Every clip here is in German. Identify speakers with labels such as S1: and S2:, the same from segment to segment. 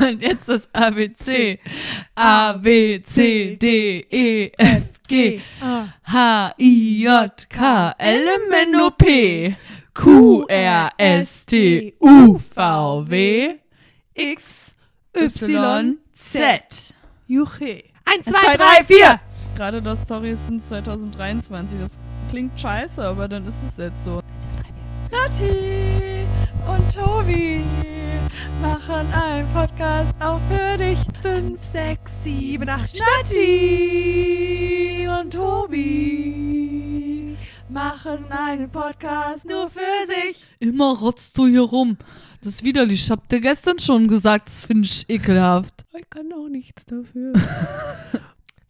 S1: Und jetzt das ABC. A, B, C, D, E, F, G,
S2: Ah,
S1: H, I, J, K, L, M, N, O, P, Q, R, S, T, U, V, W, X, Y, Z.
S2: Juche.
S1: 1,
S2: zwei,
S1: 2, 3, 4. Gerade das Stories sind 2023. Das klingt scheiße, aber dann ist es jetzt so. Nati und Tobi machen einen Podcast auch für dich.
S2: 5, 6, 7, 8,
S1: Nati und Tobi machen einen Podcast nur für sich. Immer rotzt du hier rum. Das ist widerlich. Ich hab dir gestern schon gesagt, das finde ich ekelhaft.
S2: Ich kann auch nichts dafür.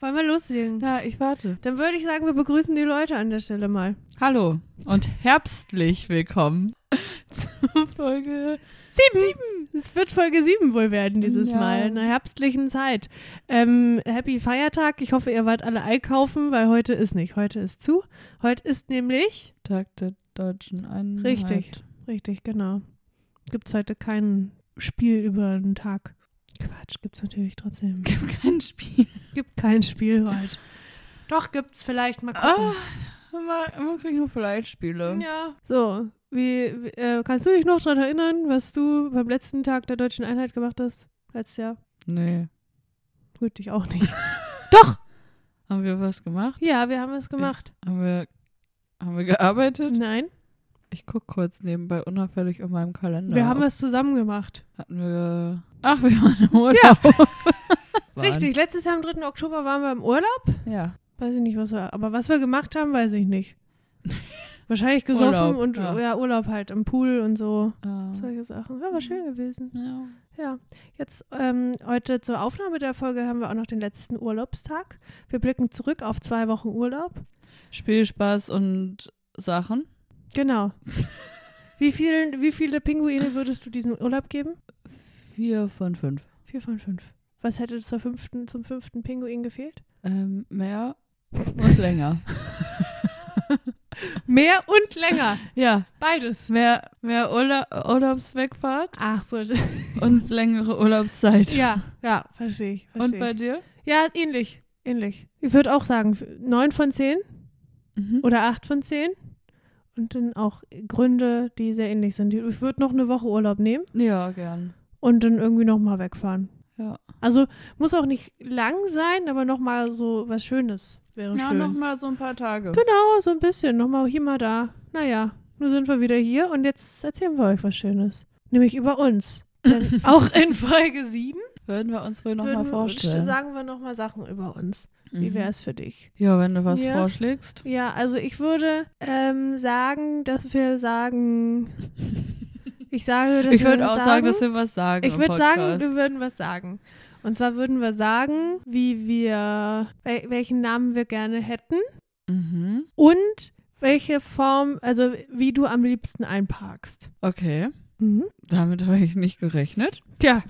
S2: Wollen wir loslegen?
S1: Ja, ich warte.
S2: Dann würde ich sagen, wir begrüßen die Leute an der Stelle mal.
S1: Hallo und herbstlich willkommen zur Folge.
S2: Sieben! Es wird Folge 7 wohl werden dieses
S1: Ja.
S2: Mal, in einer herbstlichen Zeit. Ähm, happy Feiertag. Ich hoffe, ihr wart alle einkaufen, weil heute ist nicht. Heute ist zu. Heute ist nämlich,
S1: Tag der deutschen Einheit.
S2: Richtig. richtig, genau, gibt es heute kein Spiel über den Tag. Quatsch, gibt es natürlich trotzdem.
S1: Gibt kein Spiel.
S2: Gibt kein Spiel heute. Doch, gibt's vielleicht mal gucken.
S1: Ah, immer, immer kriege ich nur Fleischspiele.
S2: Ja. So, wie, wie äh, kannst du dich noch daran erinnern, was du beim letzten Tag der deutschen Einheit gemacht hast? Letztes Jahr?
S1: Nee.
S2: Gut, ich auch nicht.
S1: Haben wir was gemacht?
S2: ja, wir haben es gemacht.
S1: Haben wir, haben wir gearbeitet?
S2: Nein,
S1: Ich guck kurz nebenbei unauffällig in meinem Kalender.
S2: wir haben es zusammen gemacht.
S1: Hatten wir. Ach, wir waren im Urlaub. Ja.
S2: Richtig, letztes Jahr am 3. Oktober waren wir im Urlaub.
S1: Ja.
S2: Weiß ich nicht, was wir, aber was wir gemacht haben, weiß ich nicht. Wahrscheinlich gesoffen
S1: Urlaub,
S2: und
S1: ja.
S2: ja. Urlaub halt im Pool und so.
S1: Ah.
S2: Solche Sachen. Ja, war schön gewesen.
S1: ja.
S2: Ja, jetzt ähm, heute zur Aufnahme der Folge haben wir auch noch den letzten Urlaubstag. Wir blicken zurück auf zwei Wochen Urlaub.
S1: Spielspaß und Sachen.
S2: Genau. Wie, vielen, wie viele Pinguine würdest du diesem Urlaub geben?
S1: Vier von fünf.
S2: Vier von fünf. Was hätte zur fünften, zum fünften Pinguin gefehlt?
S1: Ähm, mehr und länger.
S2: Mehr und länger.
S1: ja.
S2: Beides.
S1: Mehr, mehr Urla Urlaubswegfahrt
S2: Ach so.
S1: und längere Urlaubszeit.
S2: Ja, ja, verstehe ich. Versteh
S1: Und bei
S2: ich.
S1: dir?
S2: Ja, ähnlich. Ähnlich. Ich würde auch sagen, f- neun von zehn
S1: Mhm.
S2: oder acht von zehn. Und dann auch Gründe, die sehr ähnlich sind. Ich würde noch eine Woche Urlaub nehmen.
S1: Ja, gern.
S2: und dann irgendwie nochmal wegfahren.
S1: Ja.
S2: Also muss auch nicht lang sein, aber nochmal so was Schönes wäre
S1: Ja,
S2: schön.
S1: nochmal so ein paar Tage.
S2: Genau, so ein bisschen, nochmal hier, mal da. Naja, nun sind wir wieder hier und jetzt erzählen wir euch was Schönes. Nämlich über uns. Denn auch in Folge 7
S1: Würden wir uns wohl nochmal
S2: würden,
S1: vorstellen.
S2: sagen wir nochmal Sachen über uns. Wie
S1: Mhm.
S2: wäre es für dich?
S1: Ja, wenn du was
S2: Ja.
S1: vorschlägst.
S2: Ja, also ich würde ähm, sagen, dass wir sagen. Ich sage, dass
S1: Ich
S2: wir
S1: würde auch sagen,
S2: sagen
S1: dass wir was sagen.
S2: Ich
S1: im
S2: würde sagen,
S1: Podcast.
S2: wir würden was sagen. Und zwar würden wir sagen, wie wir, wel- welchen Namen wir gerne hätten
S1: Mhm.
S2: und welche Form, also wie du am liebsten einparkst. Mhm.
S1: Okay. Damit habe ich nicht gerechnet.
S2: Tja,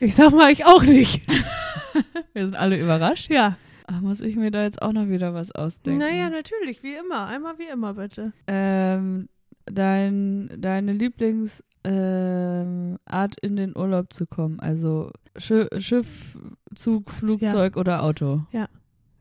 S2: ich sag mal, ich auch nicht.
S1: Wir sind alle überrascht.
S2: Ja.
S1: Ach, muss ich mir da jetzt auch noch wieder was ausdenken?
S2: Naja, natürlich, wie immer. Einmal wie immer, bitte.
S1: Ähm, dein, deine Lieblingsart ähm, Art in den Urlaub zu kommen. Also Schi Schiff, Zug, Flugzeug oder Auto.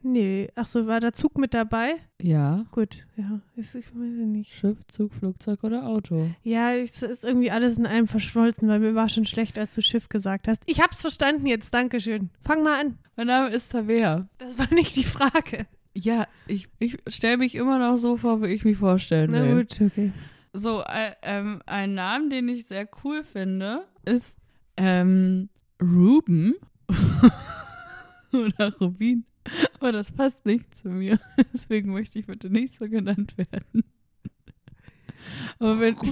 S2: Nee, ach so, war der Zug mit dabei?
S1: Ja.
S2: Gut, ja, ist, ich weiß nicht.
S1: Schiff, Zug, Flugzeug oder Auto.
S2: Ja, es ist irgendwie alles in einem verschmolzen, weil mir war schon schlecht, als du Schiff gesagt hast. Ich hab's verstanden jetzt, Dankeschön. Fang mal an.
S1: Mein Name ist Tabea.
S2: Das war nicht die Frage.
S1: Ja, ich, ich stelle mich immer noch so vor, wie ich mich vorstellen will.
S2: gut, okay.
S1: So, äh, ähm, ein Name, den ich sehr cool finde, ist ähm, Ruben. Oder Rubin. Aber das passt nicht zu mir. Deswegen möchte ich bitte nicht so genannt werden. Aber wenn.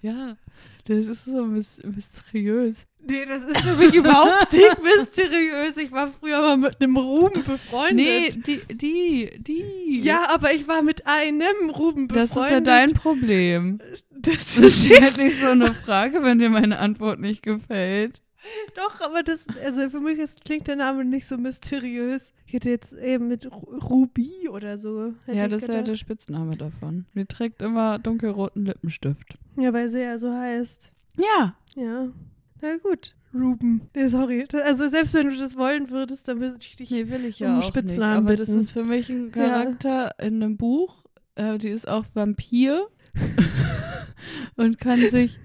S1: ja, das ist so mys mysteriös.
S2: Nee, das ist für mich überhaupt nicht mysteriös. Ich war früher mal mit einem Ruben
S1: Nee,
S2: befreundet.
S1: die, die, die.
S2: Ja, aber ich war mit einem Ruben
S1: das
S2: befreundet.
S1: ist ja dein Problem.
S2: Das
S1: Das
S2: verstehe
S1: stellt nicht so eine Frage, wenn dir meine Antwort nicht gefällt.
S2: Doch, aber das, also für mich ist, klingt der Name nicht so mysteriös. Ich hätte jetzt eben mit Ru- Ruby oder so. hätte
S1: Ja,
S2: ich
S1: das ist ja
S2: gedacht.
S1: der Spitzname davon. Die trägt immer dunkelroten Lippenstift.
S2: Ja, weil sie ja so heißt.
S1: Ja.
S2: Ja. Na gut. Ruben. Nee, sorry. Das- Also selbst wenn du das wollen würdest, dann würde ich dich.
S1: Nee, will ich
S2: Um
S1: ja auch nicht.
S2: Spitznamen
S1: Aber das
S2: bitten.
S1: ist für mich ein Charakter in einem Buch. Äh, die ist auch Vampir und kann sich,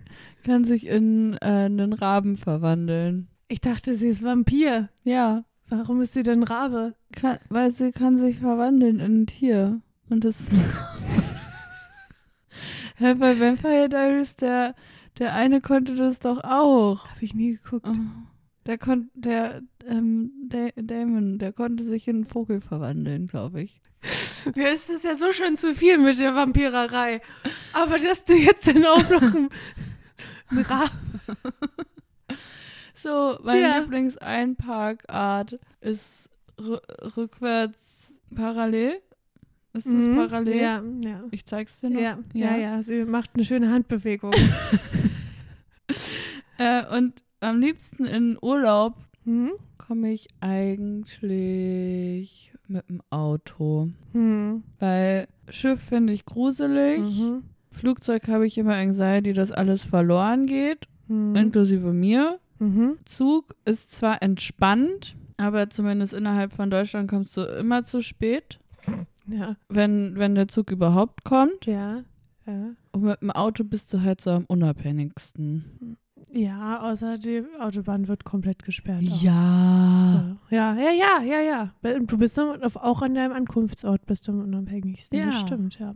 S1: kann sich in äh, einen Raben verwandeln.
S2: Ich dachte, sie ist Vampir.
S1: Ja,
S2: Warum ist sie denn Rabe?
S1: kann, weil sie kann sich verwandeln in ein Tier. Und das Hä, bei Vampire Diaries, der, der eine konnte das doch auch.
S2: Habe ich nie geguckt.
S1: Oh. Der konnte, der, ähm, Da- Damon, der konnte sich in einen Vogel verwandeln, glaube ich.
S2: Mir ist das ja so schon zu viel mit der Vampirerei. Aber dass du jetzt dann auch noch ein, ein Raben.
S1: So, mein
S2: Ja.
S1: Lieblingseinparkart ist r- rückwärts parallel. Ist das
S2: Mhm.
S1: parallel?
S2: Ja, ja.
S1: Ich zeig's dir noch.
S2: Ja, ja, ja, sie macht eine schöne Handbewegung.
S1: Äh, und am liebsten in Urlaub
S2: Hm?
S1: komme ich eigentlich mit dem Auto.
S2: Hm.
S1: Weil Schiff finde ich gruselig.
S2: Mhm.
S1: Flugzeug habe ich immer Anxiety, dass alles verloren geht,
S2: Hm.
S1: inklusive mir.
S2: Mhm.
S1: Zug ist zwar entspannt, aber zumindest innerhalb von Deutschland kommst du immer zu spät,
S2: Ja.
S1: wenn, wenn der Zug überhaupt kommt.
S2: Ja. Ja.
S1: Und mit dem Auto bist du halt so am unabhängigsten.
S2: Ja, außer die Autobahn wird komplett gesperrt. auch.
S1: Ja.
S2: So. Ja, ja, ja, ja, ja. Du bist dann auf- auch an deinem Ankunftsort bist du am unabhängigsten.
S1: Ja.
S2: Das stimmt, ja.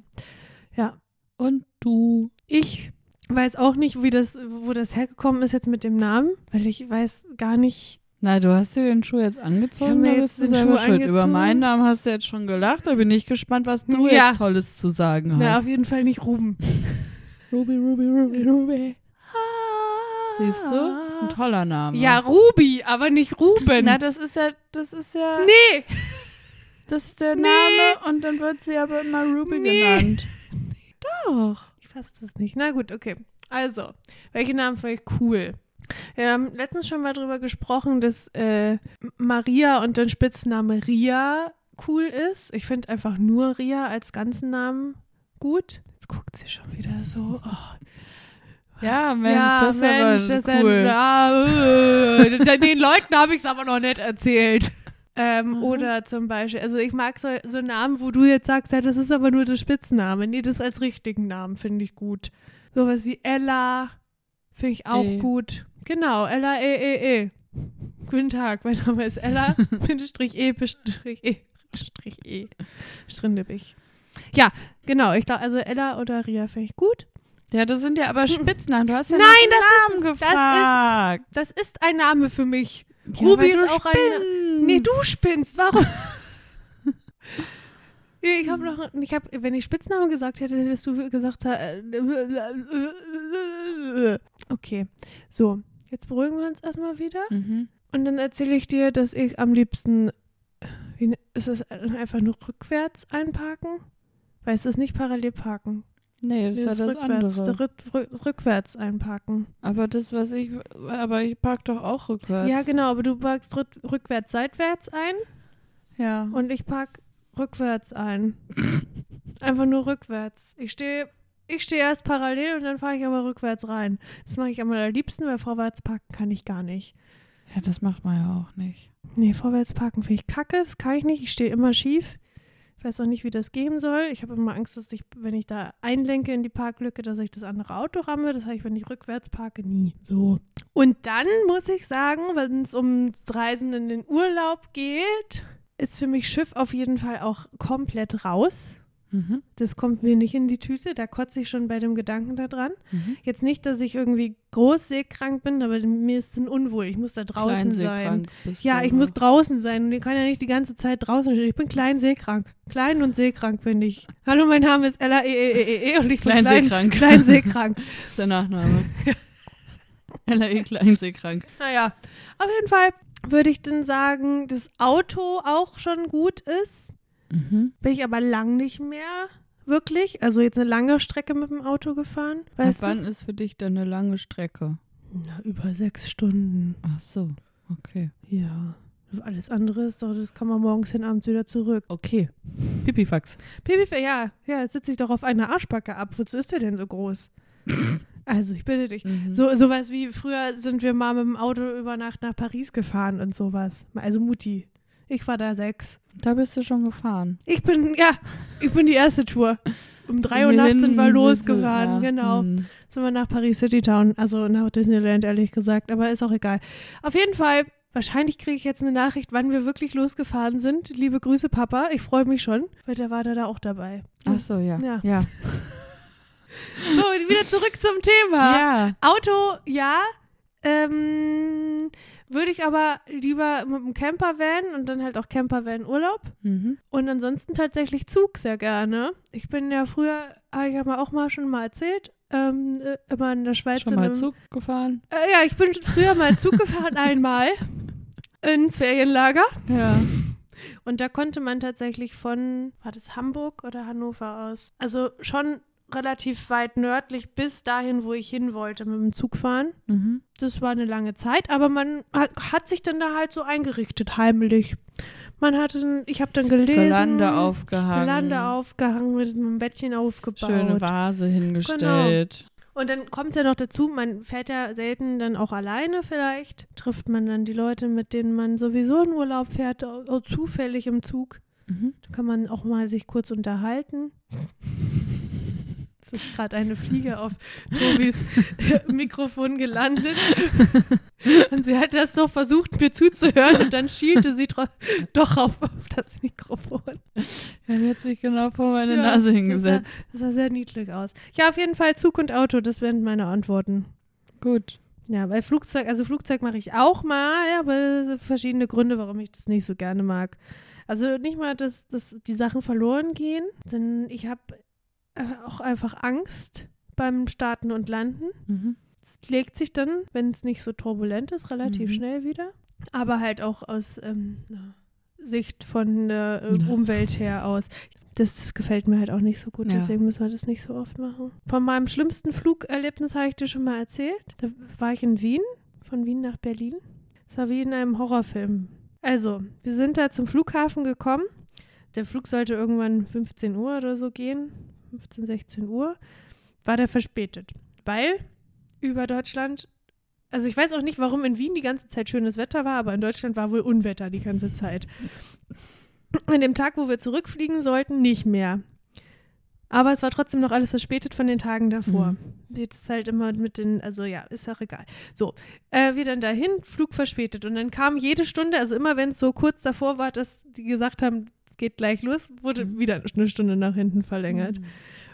S2: Ja.
S1: Und du?
S2: Ich weiß auch nicht, wie das, wo das hergekommen ist jetzt mit dem Namen, weil ich weiß gar nicht.
S1: Na, du hast dir den Schuh jetzt
S2: Ich hab
S1: angezogen,
S2: mir
S1: da
S2: jetzt
S1: bist du
S2: den
S1: selber
S2: Schuh
S1: schuld. Über
S2: angezogen.
S1: meinen Namen hast du jetzt schon gelacht, da bin ich gespannt, was du
S2: Ja.
S1: jetzt Tolles zu sagen hast.
S2: Na, auf jeden Fall nicht Ruben.
S1: Ruby, Ruby, Ruby, Ruby. Siehst du? Das ist ein toller Name.
S2: Ja, Ruby, aber nicht Ruben.
S1: Na, das ist ja, das ist ja,
S2: nee.
S1: das ist der
S2: Nee.
S1: Name und dann wird sie aber immer Ruby
S2: Nee.
S1: genannt. Doch.
S2: Ich fasse das nicht. Na gut, okay. Also, welche Namen fand ich cool? Wir haben letztens schon mal drüber gesprochen, dass äh, Maria und dein Spitzname Ria cool ist. Ich finde einfach nur Ria als ganzen Namen gut. Jetzt guckt sie schon wieder so. Oh,
S1: Ja, Mensch,
S2: ja,
S1: das ist
S2: Mensch,
S1: aber
S2: das ist
S1: cool.
S2: ja, äh, das- den Leuten habe ich es aber noch nicht erzählt. Ähm, Oder zum Beispiel, also ich mag so, so Namen, wo du jetzt sagst, ja, das ist aber nur der Spitzname. Nee, das als richtigen Namen finde ich gut. Sowas wie Ella finde ich auch
S1: Ey.
S2: gut. Genau, Ella E. E. E. Guten Tag, mein Name ist Ella, Bindestrich E, Bindestrich E, Bindestrich E. Strindebich. Ja, genau, ich glaube, also Ella oder Ria finde ich gut.
S1: ja, das sind ja aber Spitznamen. Du hast ja
S2: Nein,
S1: nach dem Namen
S2: das ist-
S1: gefragt.
S2: Das ist ein Name für mich.
S1: ja,
S2: Ruby
S1: aber
S2: ist
S1: du
S2: auch ein-
S1: spinnst.
S2: Nee, du spinnst. Warum? Nee, Ich habe noch, ich habe, wenn ich Spitznamen gesagt hätte, hättest du gesagt, äh, okay, so, jetzt beruhigen wir uns erstmal wieder
S1: Mhm.
S2: und dann erzähle ich dir, dass ich am liebsten, wie, ne- ist es einfach nur rückwärts einparken? Weil es ist nicht parallel parken.
S1: Nee, das
S2: Nee,
S1: ist ja
S2: es
S1: das
S2: rückwärts,
S1: andere.
S2: rück- rück- rückwärts einparken.
S1: Aber das, was ich, aber ich park doch auch rückwärts.
S2: Ja, genau, aber du parkst rück- rückwärts seitwärts ein
S1: Ja.
S2: Und ich park rückwärts ein. Einfach nur rückwärts. Ich stehe ich stehe erst parallel und dann fahre ich aber rückwärts rein. Das mache ich am allerliebsten, weil vorwärts parken kann ich gar nicht.
S1: ja, das macht man ja auch nicht.
S2: Nee, vorwärts parken finde ich kacke, das kann ich nicht. Ich stehe immer schief. Ich weiß auch nicht, wie das gehen soll. Ich habe immer Angst, dass ich, wenn ich da einlenke in die Parklücke, dass ich das andere Auto ramme. Das heißt, wenn ich rückwärts parke, nie. So. Und dann muss ich sagen, wenn es um Reisen in den Urlaub geht, ist für mich Schiff auf jeden Fall auch komplett raus.
S1: Mhm.
S2: Das kommt mir nicht in die Tüte. Da kotze ich schon bei dem Gedanken da dran.
S1: Mhm.
S2: Jetzt nicht, dass ich irgendwie groß seekrank bin, aber mir ist es unwohl. Ich muss da draußen sein.
S1: Kleinseekrank bist
S2: Ja,
S1: du
S2: ich muss
S1: noch.
S2: draußen sein und ich kann ja nicht die ganze Zeit draußen stehen. Ich bin klein seekrank. Klein und seekrank bin ich. Hallo, mein Name ist Ella E E E E E und ich bin
S1: Klein
S2: klein,
S1: seekrank.
S2: klein seekrank.
S1: Das ist der Nachname. LAE Kleinseekrank.
S2: Naja, auf jeden Fall würde ich dann sagen, das Auto auch schon gut ist.
S1: Mhm.
S2: Bin ich aber lang nicht mehr wirklich. Also jetzt eine lange Strecke mit dem Auto gefahren.
S1: Ab
S2: Weißt du?
S1: wann ist für dich denn eine lange Strecke?
S2: Na, über sechs Stunden.
S1: Ach so, okay.
S2: Ja. Alles andere ist doch, das kann man morgens hin, abends wieder zurück.
S1: Okay. Pipifax.
S2: Pipi, ja, ja, jetzt sitze ich doch auf einer Arschbacke ab. Wozu ist der denn so groß? also, ich bitte dich.
S1: Mhm.
S2: So sowas wie früher sind wir mal mit dem Auto über Nacht nach Paris gefahren und sowas. Also Mutti. Ich war da sechs.
S1: Da bist du schon gefahren.
S2: Ich bin, ja, ich bin die erste Tour. Um drei Uhr nachts sind wir
S1: Hin-
S2: losgefahren,
S1: Ja,
S2: genau.
S1: hm.
S2: Sind wir nach Paris City Town, also nach Disneyland ehrlich gesagt, aber ist auch egal. Auf jeden Fall, wahrscheinlich kriege ich jetzt eine Nachricht, wann wir wirklich losgefahren sind. Liebe Grüße, Papa, ich freue mich schon, weil der war da auch dabei.
S1: Ach so, ja.
S2: Ja.
S1: Ja.
S2: So, wieder zurück zum Thema.
S1: ja.
S2: Auto, ja. Ähm, würde ich aber lieber mit einem Campervan und dann halt auch Campervan Urlaub.
S1: Mhm.
S2: Und ansonsten tatsächlich Zug sehr gerne. Ich bin ja früher, habe ich ja mal auch mal schon mal erzählt, ähm, äh, immer in der Schweiz.
S1: Schon
S2: in
S1: mal
S2: einem,
S1: Zug gefahren?
S2: Äh, ja, ich bin schon früher mal Zug gefahren, einmal ins Ferienlager.
S1: Ja.
S2: Und da konnte man tatsächlich von, war das Hamburg oder Hannover aus? Also schon relativ weit nördlich bis dahin, wo ich hin wollte, mit dem Zug fahren.
S1: Mhm.
S2: Das war eine lange Zeit, aber man hat, hat sich dann da halt so eingerichtet, heimlich. Man hatte, ich habe dann gelesen.
S1: Gelande aufgehangen.
S2: Lande aufgehangen, mit einem Bettchen aufgebaut.
S1: Schöne Vase hingestellt.
S2: und dann kommt es ja noch dazu, man fährt ja selten dann auch alleine vielleicht. Trifft man dann die Leute, mit denen man sowieso in Urlaub fährt, au- au- zufällig im Zug.
S1: Mhm.
S2: Da kann man auch mal sich kurz unterhalten. Es ist gerade eine Fliege auf Tobis Mikrofon gelandet. Und sie hat das doch versucht, mir zuzuhören und dann schielte sie tro- doch auf, auf das Mikrofon.
S1: Ja, die hat sich genau vor meine
S2: Ja,
S1: Nase hingesetzt.
S2: Das sah, das sah sehr niedlich aus. Ja, auf jeden Fall Zug und Auto, das wären meine Antworten.
S1: Gut.
S2: Ja, weil Flugzeug, also Flugzeug mache ich auch mal, aber es sind verschiedene Gründe, warum ich das nicht so gerne mag. Also nicht mal, dass, dass die Sachen verloren gehen, denn ich habe äh, auch einfach Angst beim Starten und Landen.
S1: Mhm.
S2: Es legt sich dann, wenn es nicht so turbulent ist, relativ
S1: Mhm.
S2: schnell wieder. Aber halt auch aus ähm, einer Sicht von der äh,
S1: Ja.
S2: Umwelt her aus. Das gefällt mir halt auch nicht so gut,
S1: Ja.
S2: deswegen müssen wir das nicht so oft machen. Von meinem schlimmsten Flugerlebnis habe ich dir schon mal erzählt. Da war ich in Wien, von Wien nach Berlin. Das war wie in einem Horrorfilm. Also, wir sind da zum Flughafen gekommen. Der Flug sollte irgendwann 15 Uhr oder so gehen. 15, 16 Uhr. War der verspätet. Weil über Deutschland, also ich weiß auch nicht, warum in Wien die ganze Zeit schönes Wetter war, aber in Deutschland war wohl Unwetter die ganze Zeit. An dem Tag, wo wir zurückfliegen sollten, nicht mehr. Aber es war trotzdem noch alles verspätet von den Tagen davor.
S1: Mhm.
S2: Jetzt ist halt immer mit den, also ja, ist auch egal. So, äh, wir dann dahin, Flug verspätet. Und dann kam jede Stunde, also immer wenn es so kurz davor war, dass die gesagt haben, es geht gleich los, wurde
S1: Mhm.
S2: wieder eine Stunde nach hinten verlängert.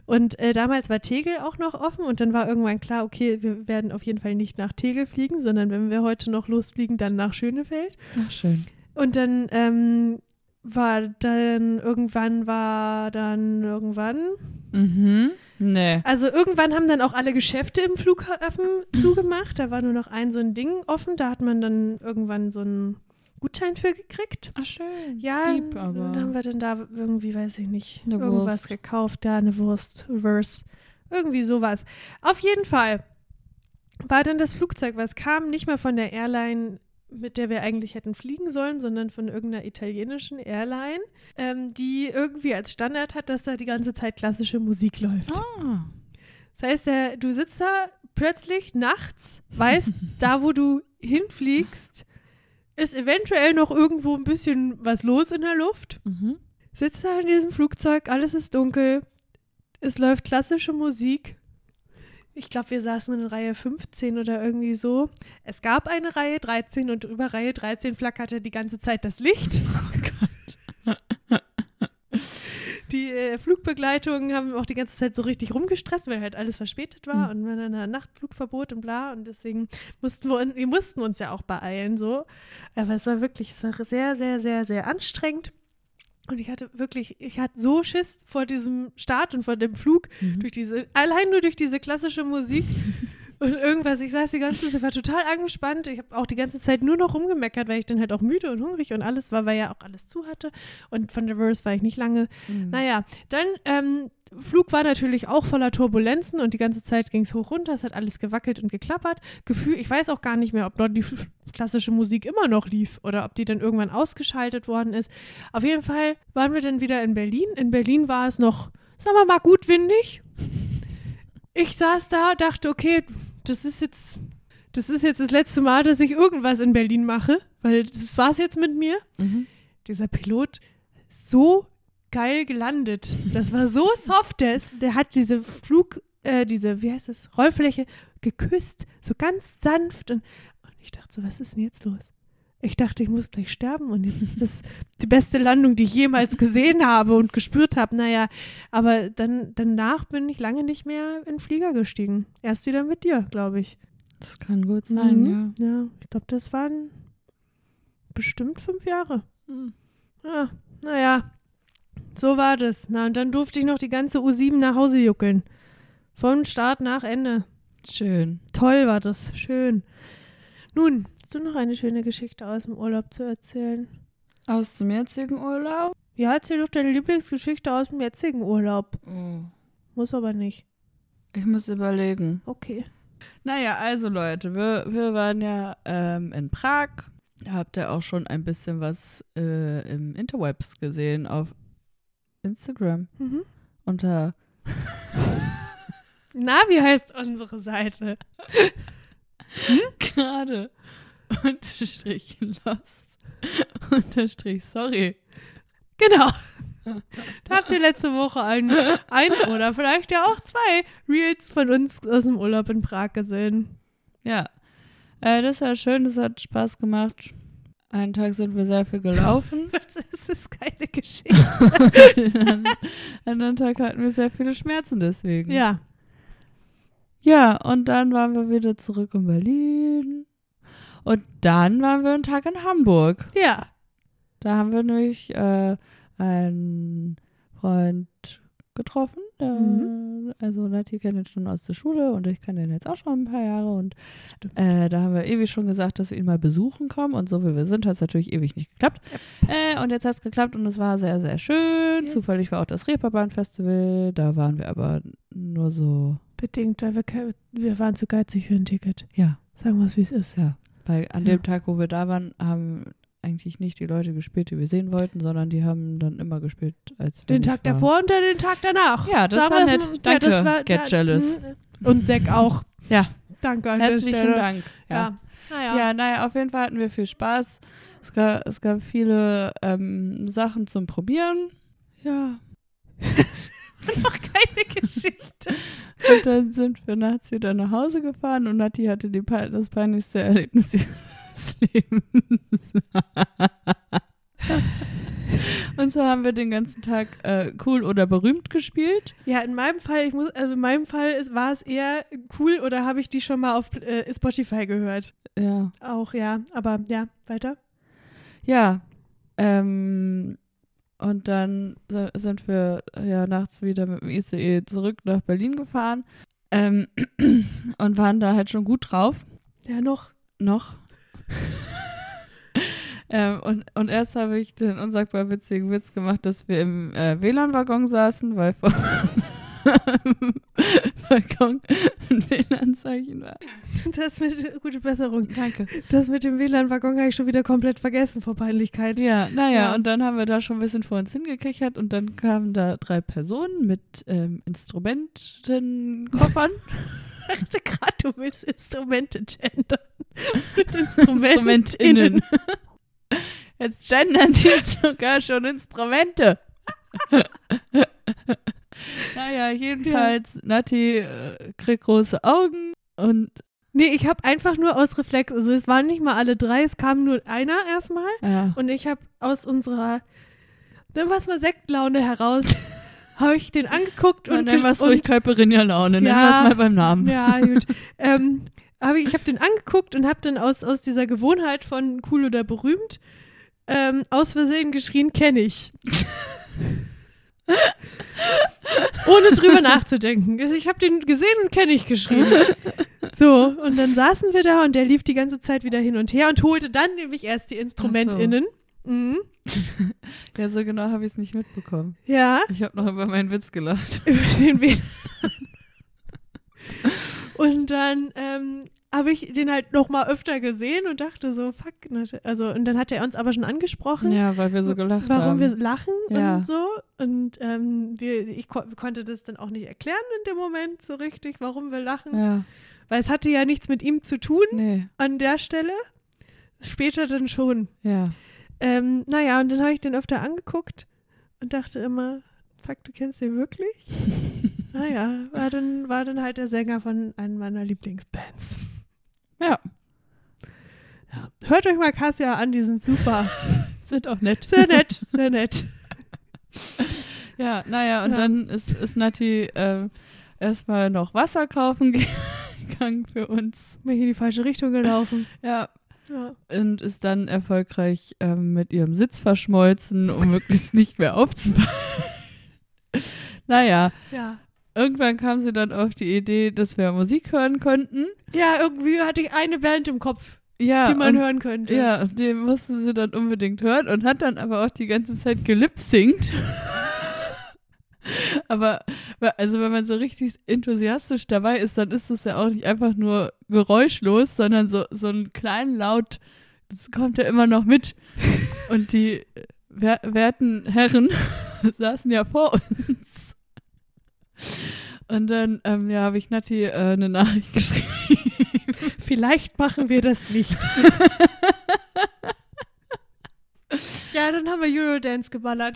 S2: Und äh, damals war Tegel auch noch offen und dann war irgendwann klar, okay, wir werden auf jeden Fall nicht nach Tegel fliegen, sondern wenn wir heute noch losfliegen, dann nach Schönefeld.
S1: Ach, schön.
S2: Und dann ähm, war dann irgendwann war dann irgendwann.
S1: Mhm. Nee.
S2: Also irgendwann haben dann auch alle Geschäfte im Flughafen zugemacht. Da war nur noch ein so ein Ding offen. Da hat man dann irgendwann so einen Gutschein für gekriegt.
S1: Ach, schön.
S2: Ja,
S1: Lieb, aber.
S2: dann haben wir dann da irgendwie, weiß ich nicht,
S1: Eine
S2: irgendwas
S1: Wurst.
S2: gekauft. Ja, eine Wurst, Verse, irgendwie sowas. Auf jeden Fall war dann das Flugzeug, was kam, nicht mehr von der Airline, mit der wir eigentlich hätten fliegen sollen, sondern von irgendeiner italienischen Airline, ähm, die irgendwie als Standard hat, dass da die ganze Zeit klassische Musik läuft.
S1: Ah.
S2: Das heißt, äh, du sitzt da plötzlich nachts, weißt, da wo du hinfliegst, ist eventuell noch irgendwo ein bisschen was los in der Luft.
S1: Mhm.
S2: Sitzt da in diesem Flugzeug, alles ist dunkel, es läuft klassische Musik. Ich glaube, wir saßen in Reihe 15 oder irgendwie so. Es gab eine Reihe 13 und über Reihe 13 flackerte die ganze Zeit das Licht. Die äh, Flugbegleitungen haben auch die ganze Zeit so richtig rumgestresst, weil halt alles verspätet war und wir hatten ein Nachtflugverbot und bla und deswegen mussten wir, un- wir mussten uns ja auch beeilen so. Aber es war wirklich, es war sehr, sehr, sehr, sehr anstrengend und ich hatte wirklich, ich hatte so Schiss vor diesem Start und vor dem Flug,
S1: Mhm.
S2: durch diese, allein nur durch diese klassische Musik. Und irgendwas, ich saß die ganze Zeit, ich war total angespannt. Ich habe auch die ganze Zeit nur noch rumgemeckert, weil ich dann halt auch müde und hungrig und alles war, weil ja auch alles zu hatte. Und von der Verse war ich nicht lange.
S1: Mhm.
S2: Naja, dann, ähm, Flug war natürlich auch voller Turbulenzen und die ganze Zeit ging es hoch runter, es hat alles gewackelt und geklappert. Gefühl, ich weiß auch gar nicht mehr, ob dort die klassische Musik immer noch lief oder ob die dann irgendwann ausgeschaltet worden ist. Auf jeden Fall waren wir dann wieder in Berlin. In Berlin war es noch, sagen wir mal, gut windig. Ich saß da, dachte, okay, das ist jetzt, das ist jetzt das letzte Mal, dass ich irgendwas in Berlin mache, weil das war's jetzt mit mir.
S1: Mhm.
S2: Dieser Pilot so geil gelandet. Das war so softes. Der hat diese Flug, äh, diese, wie heißt das, Rollfläche geküsst, so ganz sanft. Und, und ich dachte so, was ist denn jetzt los? Ich dachte, ich muss gleich sterben und jetzt ist das die beste Landung, die ich jemals gesehen habe und gespürt habe. Naja, aber dann, danach bin ich lange nicht mehr in den Flieger gestiegen. Erst wieder mit dir, glaube ich.
S1: Das kann gut sein,
S2: Mhm. Ja, ich glaube, das waren bestimmt fünf Jahre.
S1: ja.
S2: Ah, Ja, naja, so war das. Na, und dann durfte ich noch die ganze U7 nach Hause juckeln. Von Start nach Ende.
S1: Schön.
S2: Toll war das. Schön. Nun, hast du noch eine schöne Geschichte aus dem Urlaub zu erzählen?
S1: Aus dem jetzigen Urlaub?
S2: Ja, erzähl doch deine Lieblingsgeschichte aus dem jetzigen Urlaub.
S1: Oh.
S2: Muss aber nicht.
S1: Ich muss überlegen.
S2: Okay.
S1: Naja, also Leute, wir, wir waren ja ähm, in Prag. Da habt ihr auch schon ein bisschen was äh, im Interwebs gesehen auf Instagram
S2: Mhm.
S1: unter
S2: Na, wie heißt unsere Seite?
S1: gerade unterstrich lost unterstrich sorry.
S2: Genau. Da habt ihr letzte Woche ein, ein oder vielleicht ja auch zwei Reels von uns aus dem Urlaub in Prag gesehen.
S1: Ja, äh, das war schön, das hat Spaß gemacht. Einen Tag sind wir sehr viel gelaufen.
S2: Das ist, ist keine Geschichte.
S1: An anderen Tag hatten wir sehr viele Schmerzen deswegen.
S2: Ja.
S1: Ja, und dann waren wir wieder zurück in Berlin. Und dann waren wir einen Tag in Hamburg.
S2: Ja.
S1: Da haben wir nämlich äh, einen Freund getroffen. Der,
S2: Mhm.
S1: Also Nati kennt ihn schon aus der Schule und ich kenne den jetzt auch schon ein paar Jahre. Und äh, da haben wir ewig schon gesagt, dass wir ihn mal besuchen kommen. Und so wie wir sind, hat es natürlich ewig nicht geklappt. Äh, und jetzt hat es geklappt und es war sehr, sehr schön.
S2: Yes.
S1: Zufällig war auch das Reeperbahn-Festival. Da waren wir aber nur so,
S2: Bedingt, weil wir, ke- wir waren zu geizig für ein Ticket.
S1: ja,
S2: Sagen wir es, wie es ist.
S1: Weil an
S2: Ja.
S1: dem Tag, wo wir da waren, haben eigentlich nicht die Leute gespielt, die wir sehen wollten, sondern die haben dann immer gespielt, als wir
S2: Den
S1: nicht
S2: Tag
S1: waren.
S2: davor und dann den Tag danach.
S1: Ja, das
S2: Sagen
S1: war
S2: wir es
S1: nett.
S2: mal-
S1: Danke, Get Jealous.
S2: mm. Und Zack auch.
S1: Ja.
S2: Danke an der
S1: Herzlichen
S2: Stelle.
S1: Dank. Ja.
S2: Ja. Naja.
S1: Ja. naja, auf jeden Fall hatten wir viel Spaß. Es gab, es gab viele ähm, Sachen zum Probieren. Ja.
S2: Noch keine Geschichte.
S1: Und dann sind wir nachts wieder nach Hause gefahren und Nati hatte die, pein- das peinlichste Erlebnis ihres Lebens. und so haben wir den ganzen Tag äh, cool oder berühmt gespielt.
S2: ja, in meinem Fall, ich muss, also in meinem Fall ist, war es eher cool oder habe ich die schon mal auf äh, Spotify gehört?
S1: Ja.
S2: Auch ja, aber ja, weiter.
S1: Ja. Ähm, und dann so- sind wir ja nachts wieder mit dem ICE zurück nach Berlin gefahren ähm, und waren da halt schon gut drauf.
S2: Ja, noch.
S1: Noch. ähm, und, und erst habe ich den unsagbar witzigen Witz gemacht, dass wir im äh, WLAN-Waggon saßen, weil vor dem Waggon ein WLAN-Zeichen war.
S2: Das mit gute Besserung.
S1: Danke.
S2: Das mit dem WLAN-Waggon habe ich schon wieder komplett vergessen vor Peinlichkeit.
S1: Ja, naja,
S2: Ja.
S1: und dann haben wir da schon ein bisschen vor uns hingekichert und dann kamen da drei Personen mit ähm, Instrumentenkoffern.
S2: Ich dachte gerade, du willst Instrumente gendern. Mit Instrumentinnen.
S1: Jetzt gendern die sogar schon Instrumente. naja, jedenfalls, Nati äh, kriegt große Augen und
S2: Nee, ich habe einfach nur aus Reflex, also es waren nicht mal alle drei, es kam nur einer erstmal.
S1: ja.
S2: Und ich habe aus unserer, dann war es mal Sektlaune heraus, habe ich den angeguckt
S1: Und
S2: und,
S1: nennen wir es
S2: und
S1: ruhig Kalperinja-Laune, nennen wir
S2: Ja.
S1: es mal beim Namen.
S2: Ja, gut. ähm, aber ich habe den angeguckt und habe dann aus, aus dieser Gewohnheit von cool oder berühmt ähm, aus Versehen geschrien, kenne ich. Ohne drüber nachzudenken. Also Ich habe den gesehen und kenne ich geschrieben. So, und dann saßen wir da und der lief die ganze Zeit wieder hin und her und holte dann nämlich erst die InstrumentInnen. Mhm.
S1: Ja, so genau habe ich es nicht mitbekommen.
S2: Ja,
S1: Ich habe noch über meinen Witz gelacht.
S2: über den WLAN. und dann ähm, habe ich den halt noch mal öfter gesehen und dachte so, fuck. nat- Also, und dann hat er uns aber schon angesprochen.
S1: Ja, weil wir so gelacht
S2: warum
S1: haben.
S2: wir lachen
S1: Ja.
S2: und so. Und ähm, wir, ich ko konnte das dann auch nicht erklären in dem Moment so richtig, warum wir lachen.
S1: ja,
S2: Weil es hatte ja nichts mit ihm zu tun
S1: nee,
S2: an der Stelle. Später dann schon.
S1: ja.
S2: Ähm, naja, und dann habe ich den öfter angeguckt und dachte immer, fuck, du kennst den wirklich? naja, war dann, war dann halt der Sänger von einem meiner Lieblingsbands.
S1: Ja.
S2: Ja. Hört euch mal Cassia an, die sind super.
S1: Sind auch nett.
S2: Sehr nett, sehr nett.
S1: Ja, naja, und
S2: Ja.
S1: dann ist, ist Nati ähm, erstmal noch Wasser kaufen ge- gegangen für uns.
S2: Bin ich in die falsche Richtung gelaufen.
S1: Ja.
S2: Ja.
S1: Und ist dann erfolgreich ähm, mit ihrem Sitz verschmolzen, um möglichst nicht mehr aufzufallen. naja,
S2: Ja.
S1: irgendwann kam sie dann auf die Idee, dass wir Musik hören könnten.
S2: Ja, irgendwie hatte ich eine Band im Kopf,
S1: Ja,
S2: die man
S1: und,
S2: hören könnte.
S1: ja, und die musste sie dann unbedingt hören und hat dann aber auch die ganze Zeit gelipsingt. aber we- also wenn man so richtig enthusiastisch dabei ist, dann ist das ja auch nicht einfach nur geräuschlos, sondern so, so einen kleinen Laut, das kommt ja immer noch mit. Und die äh, wer- werten Herren saßen ja vor uns. Und dann ähm, ja, habe ich Nati äh, eine Nachricht geschrieben.
S2: Vielleicht machen wir das nicht. ja, dann haben wir Eurodance geballert.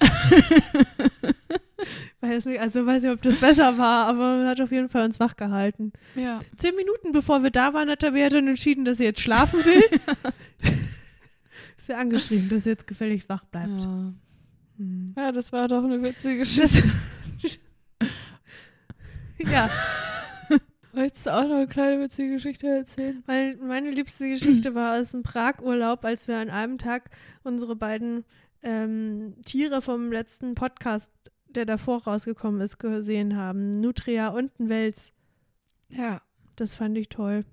S2: weiß nicht, also weiß nicht, ob das besser war, aber hat auf jeden Fall uns wach gehalten.
S1: Ja.
S2: Zehn Minuten bevor wir da waren, hat er mir dann entschieden, dass er jetzt schlafen will. Ist ja angeschrieben, dass er jetzt gefällig wach bleibt.
S1: ja.
S2: Hm.
S1: Ja, das war doch eine witzige Geschichte.
S2: Ja.
S1: Möchtest du auch noch eine kleine witzige Geschichte erzählen?
S2: Meine, meine liebste Geschichte war aus dem Prag-Urlaub, als wir an einem Tag unsere beiden ähm, Tiere vom letzten Podcast, der davor rausgekommen ist, gesehen haben. Nutria und ein Wels.
S1: Ja.
S2: Das fand ich toll.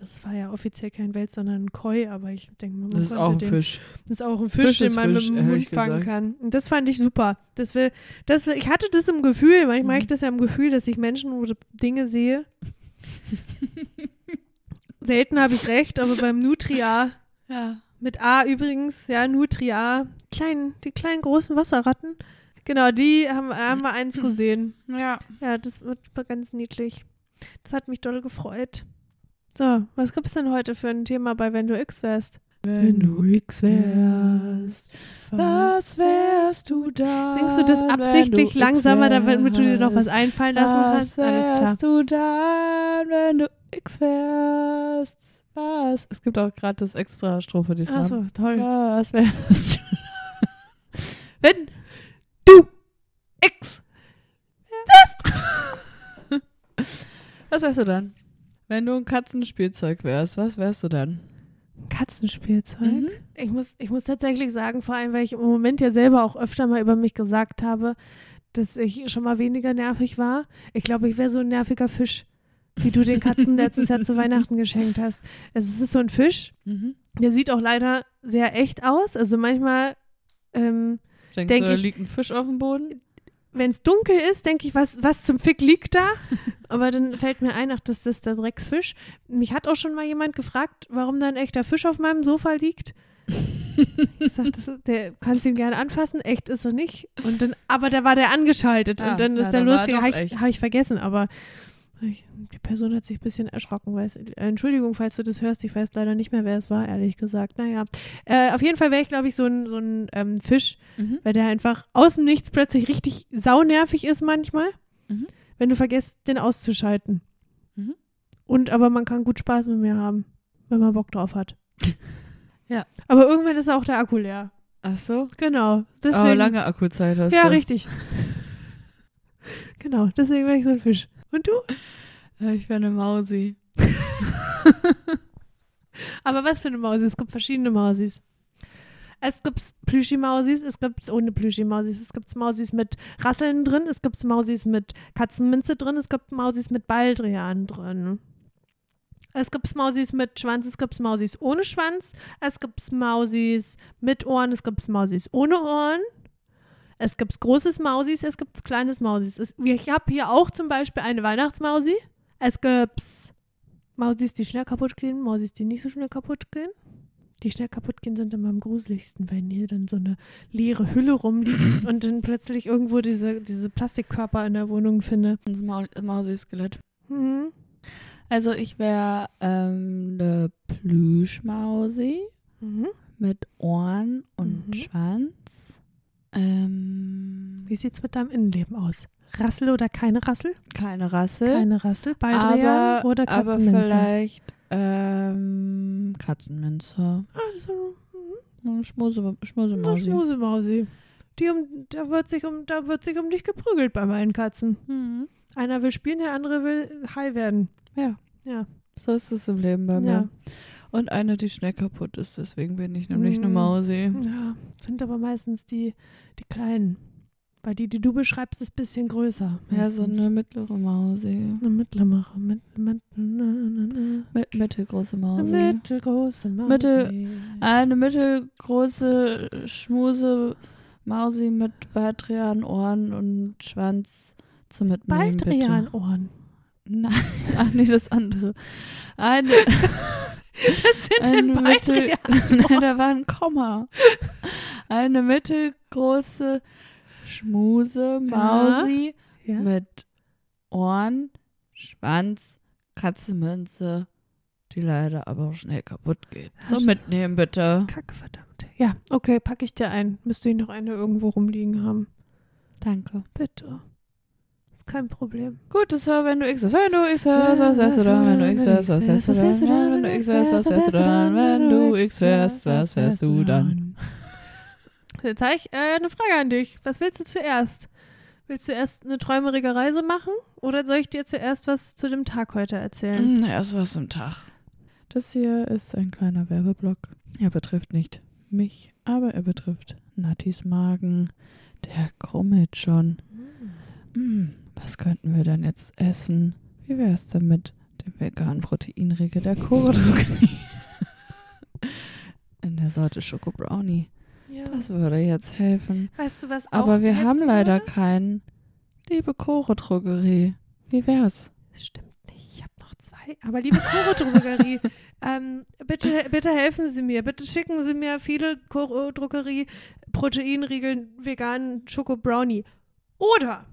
S2: Das war ja offiziell kein Wels, sondern ein Koi, aber ich denke, man
S1: Das ist
S2: konnte
S1: auch ein
S2: den,
S1: Fisch.
S2: Das ist auch ein
S1: Fisch
S2: Fisch,
S1: ist
S2: den man
S1: Fisch,
S2: mit dem
S1: hätte
S2: Mund
S1: ich
S2: fangen
S1: gesagt.
S2: kann. Und das fand ich super. Das will, das will, ich hatte das im Gefühl, manchmal
S1: Mhm.
S2: habe ich das ja im Gefühl, dass ich Menschen oder Dinge sehe. Selten habe ich recht, aber beim Nutria,
S1: Ja.
S2: mit A übrigens, ja, Nutria, kleinen, die kleinen großen Wasserratten. Genau, die haben, haben wir eins gesehen.
S1: Ja.
S2: Ja, das wird war ganz niedlich. Das hat mich doll gefreut. So, was gibt es denn heute für ein Thema bei Wenn du X wärst?
S1: Wenn du X wärst, was wärst du da?
S2: Singst du das absichtlich langsamer, damit du dir noch was einfallen lassen
S1: was
S2: kannst? Alles klar.
S1: wärst du da, wenn du X wärst? Was? Es gibt auch gerade das extra Strophe diesmal.
S2: Achso, toll.
S1: Was wärst du? Wenn du X wärst. Was wärst du dann? Wenn du ein Katzenspielzeug wärst, was wärst du dann?
S2: Katzenspielzeug. Mhm. Ich, muss, ich muss tatsächlich sagen, vor allem, weil ich im Moment ja selber auch öfter mal über mich gesagt habe, dass ich schon mal weniger nervig war. Ich glaube, ich wäre so ein nerviger Fisch, wie du den Katzen letztes Jahr zu Weihnachten geschenkt hast. Also es ist so ein Fisch,
S1: Mhm.
S2: der sieht auch leider sehr echt aus. Also manchmal, ähm,
S1: Denkst
S2: Denk
S1: du, da
S2: ich-
S1: liegt ein Fisch auf dem Boden?
S2: wenn es dunkel ist, denke ich, was, was zum Fick liegt da? Aber dann fällt mir ein, ach, das ist der Drecksfisch. Mich hat auch schon mal jemand gefragt, warum da ein echter Fisch auf meinem Sofa liegt. Ich sag, das ist, der kannst ihn gerne anfassen, echt ist er nicht. Und dann, aber da war der angeschaltet
S1: Ah,
S2: und dann
S1: ja,
S2: ist er
S1: dann war er
S2: losgegangen.
S1: doch
S2: Habe ich,
S1: echt.
S2: hab ich vergessen, aber ich, die Person hat sich ein bisschen erschrocken. Weil es, äh, Entschuldigung, falls du das hörst, ich weiß leider nicht mehr, wer es war, ehrlich gesagt. Naja, äh, auf jeden Fall wäre ich, glaube ich, so ein, so ein ähm, Fisch,
S1: Mhm.
S2: weil der einfach aus dem Nichts plötzlich richtig saunervig ist manchmal,
S1: Mhm.
S2: wenn du vergisst, den auszuschalten.
S1: Mhm.
S2: Und aber man kann gut Spaß mit mir haben, wenn man Bock drauf hat.
S1: Ja.
S2: Aber irgendwann ist auch der Akku leer.
S1: Ach so.
S2: Genau. Deswegen,
S1: Aber lange Akkuzeit hast
S2: ja,
S1: du.
S2: richtig. genau, deswegen wäre ich so ein Fisch. Und du?
S1: Ja, Ich wäre eine Mausi.
S2: Aber was für eine Mausi? Es gibt verschiedene Mausis. Es gibt Plüschimausis, es gibt ohne Plüschimausis, es gibt Mausis mit Rasseln drin, es gibt Mausis mit Katzenminze drin, es gibt Mausis mit Baldrian drin. Es gibt Mausis mit Schwanz, es gibt Mausis ohne Schwanz, es gibt Mausis mit Ohren, es gibt Mausis ohne Ohren. Es gibt großes Mausis, es gibt kleines Mausis. Es, ich habe hier auch zum Beispiel eine Weihnachtsmausi. Es gibt Mausis, die schnell kaputt gehen, Mausis, die nicht so schnell kaputt gehen. Die schnell kaputt gehen sind immer am gruseligsten, weil hier dann so eine leere Hülle rumliegt und dann plötzlich irgendwo diese, diese Plastikkörper in der Wohnung finde.
S1: Das Maul Mausi-Skelett.
S2: Mhm.
S1: Also ich wäre ähm, eine Plüschmausi
S2: Mhm.
S1: mit Ohren und
S2: Mhm.
S1: Schwanz. Ähm,
S2: Wie sieht's mit deinem Innenleben aus? Rassel oder keine Rassel?
S1: keine Rasse.
S2: Keine Rassel, Baldrian
S1: Äh? aber,
S2: oder
S1: aber
S2: Katzenminze?
S1: vielleicht ähm, Katzenminze.
S2: Also, mhm.
S1: Hm, Schmuse,
S2: Na,
S1: Schmusemausi.
S2: Schmusemausi. Die um, da, wird sich um, da wird sich um dich geprügelt bei meinen Katzen.
S1: Mhm.
S2: Einer will spielen, der andere will heil werden.
S1: Ja.
S2: Ja.
S1: So ist es im Leben bei mir.
S2: Ja.
S1: Und eine, die schnell kaputt ist, deswegen bin ich nämlich eine
S2: Mhm.
S1: Mausi.
S2: ja. Sind aber meistens die, die Kleinen. Weil die, die du beschreibst, ist ein bisschen größer.
S1: Ja, so
S2: meistens.
S1: eine mittlere Mausi.
S2: Eine mittlere, mit, mit, na, na, na.
S1: Mit, mittelgroße
S2: Eine
S1: Mausi.
S2: mittelgroße Mausi.
S1: Oh, Mittel- Also, Eine mittelgroße Schmuse Mausi mit Baldrian, Ohren und Schwanz zum Mitnehmen. bitte.
S2: Baldrian-Ohren.
S1: Nein. Ach nee, das andere. Eine,
S2: Das sind
S1: eine
S2: denn
S1: mittel,
S2: Baldrian.
S1: Nein, da war ein Komma. Eine mittelgroße Schmuse Mausi
S2: Ja.
S1: mit Ohren, Schwanz, Katzenmünze, die leider aber auch schnell kaputt geht. So
S2: Ja,
S1: mitnehmen bitte.
S2: Kacke, verdammt. Ja, okay, packe ich dir ein. Müsste ich noch eine irgendwo rumliegen haben.
S1: Danke.
S2: Bitte. Kein Problem.
S1: Gut, das war, wenn du X hast, wenn du X
S2: Äh,
S1: hast, was wärst du dann, wenn du X hast, was wärst du dann, wenn du X hast, was wärst du dann, wenn du X wärst, was wärst du dann.
S2: Jetzt habe ich äh, eine Frage an dich. Was willst du zuerst? Willst du erst eine träumerige Reise machen oder soll ich dir zuerst was zu dem Tag heute erzählen?
S1: Mm, Erst was am Tag. Das hier ist ein kleiner Werbeblock. Er betrifft nicht mich, aber er betrifft Nattis Magen. Der krummelt schon.
S2: Mhm.
S1: Mm, was könnten wir denn jetzt essen? Wie wäre es denn mit dem veganen Proteinriegel der Koro Drogerie? In der Sorte Schoko Brownie.
S2: Ja.
S1: Das würde jetzt helfen.
S2: Weißt du, was auch
S1: Aber wir haben
S2: helfen
S1: leider
S2: würde?
S1: keinen. Liebe Koro Drogerie, wie wär's?
S2: Das stimmt nicht. Ich habe noch zwei. Aber liebe Koro-Drogerie, ähm, bitte, bitte helfen Sie mir. Bitte schicken Sie mir viele Koro-Drogerie-Proteinriegel, veganen Schoko-Brownie. Oder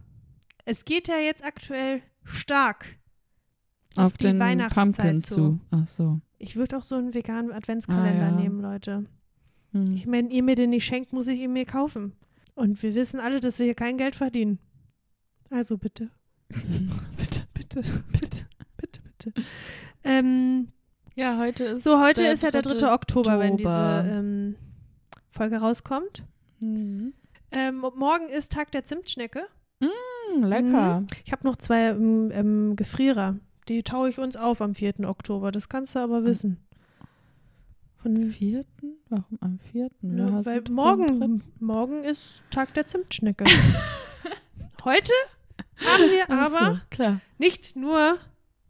S2: es geht ja jetzt aktuell stark.
S1: Auf,
S2: Auf die
S1: den
S2: Weihnachtszeit
S1: Pumpkin
S2: zu.
S1: zu. Ach so.
S2: Ich würde auch so einen veganen Adventskalender
S1: Ah, ja.
S2: nehmen, Leute.
S1: Hm.
S2: Ich, wenn ihr mir den nicht schenkt, muss ich ihn mir kaufen. Und wir wissen alle, dass wir hier kein Geld verdienen. Also bitte.
S1: Bitte.
S2: Bitte, bitte, bitte, bitte. Ähm,
S1: Ja, heute ist.
S2: So, heute
S1: Der
S2: ist ja der 3.
S1: dritte
S2: Oktober, wenn diese
S1: Oktober.
S2: ähm, Folge rauskommt.
S1: Mhm.
S2: Ähm, morgen ist Tag der Zimtschnecke.
S1: Hm, lecker.
S2: Ich habe noch zwei ähm, ähm, Gefrierer. Die taue ich uns auf am 4. Oktober. Das kannst du aber wissen.
S1: Am
S2: Von,
S1: vierten? Warum am vierten? Wir
S2: ne,
S1: hassen
S2: weil
S1: den dritten.
S2: morgen, morgen ist Tag der Zimtschnecke. Heute haben wir
S1: Ach so,
S2: aber
S1: Klar.
S2: nicht nur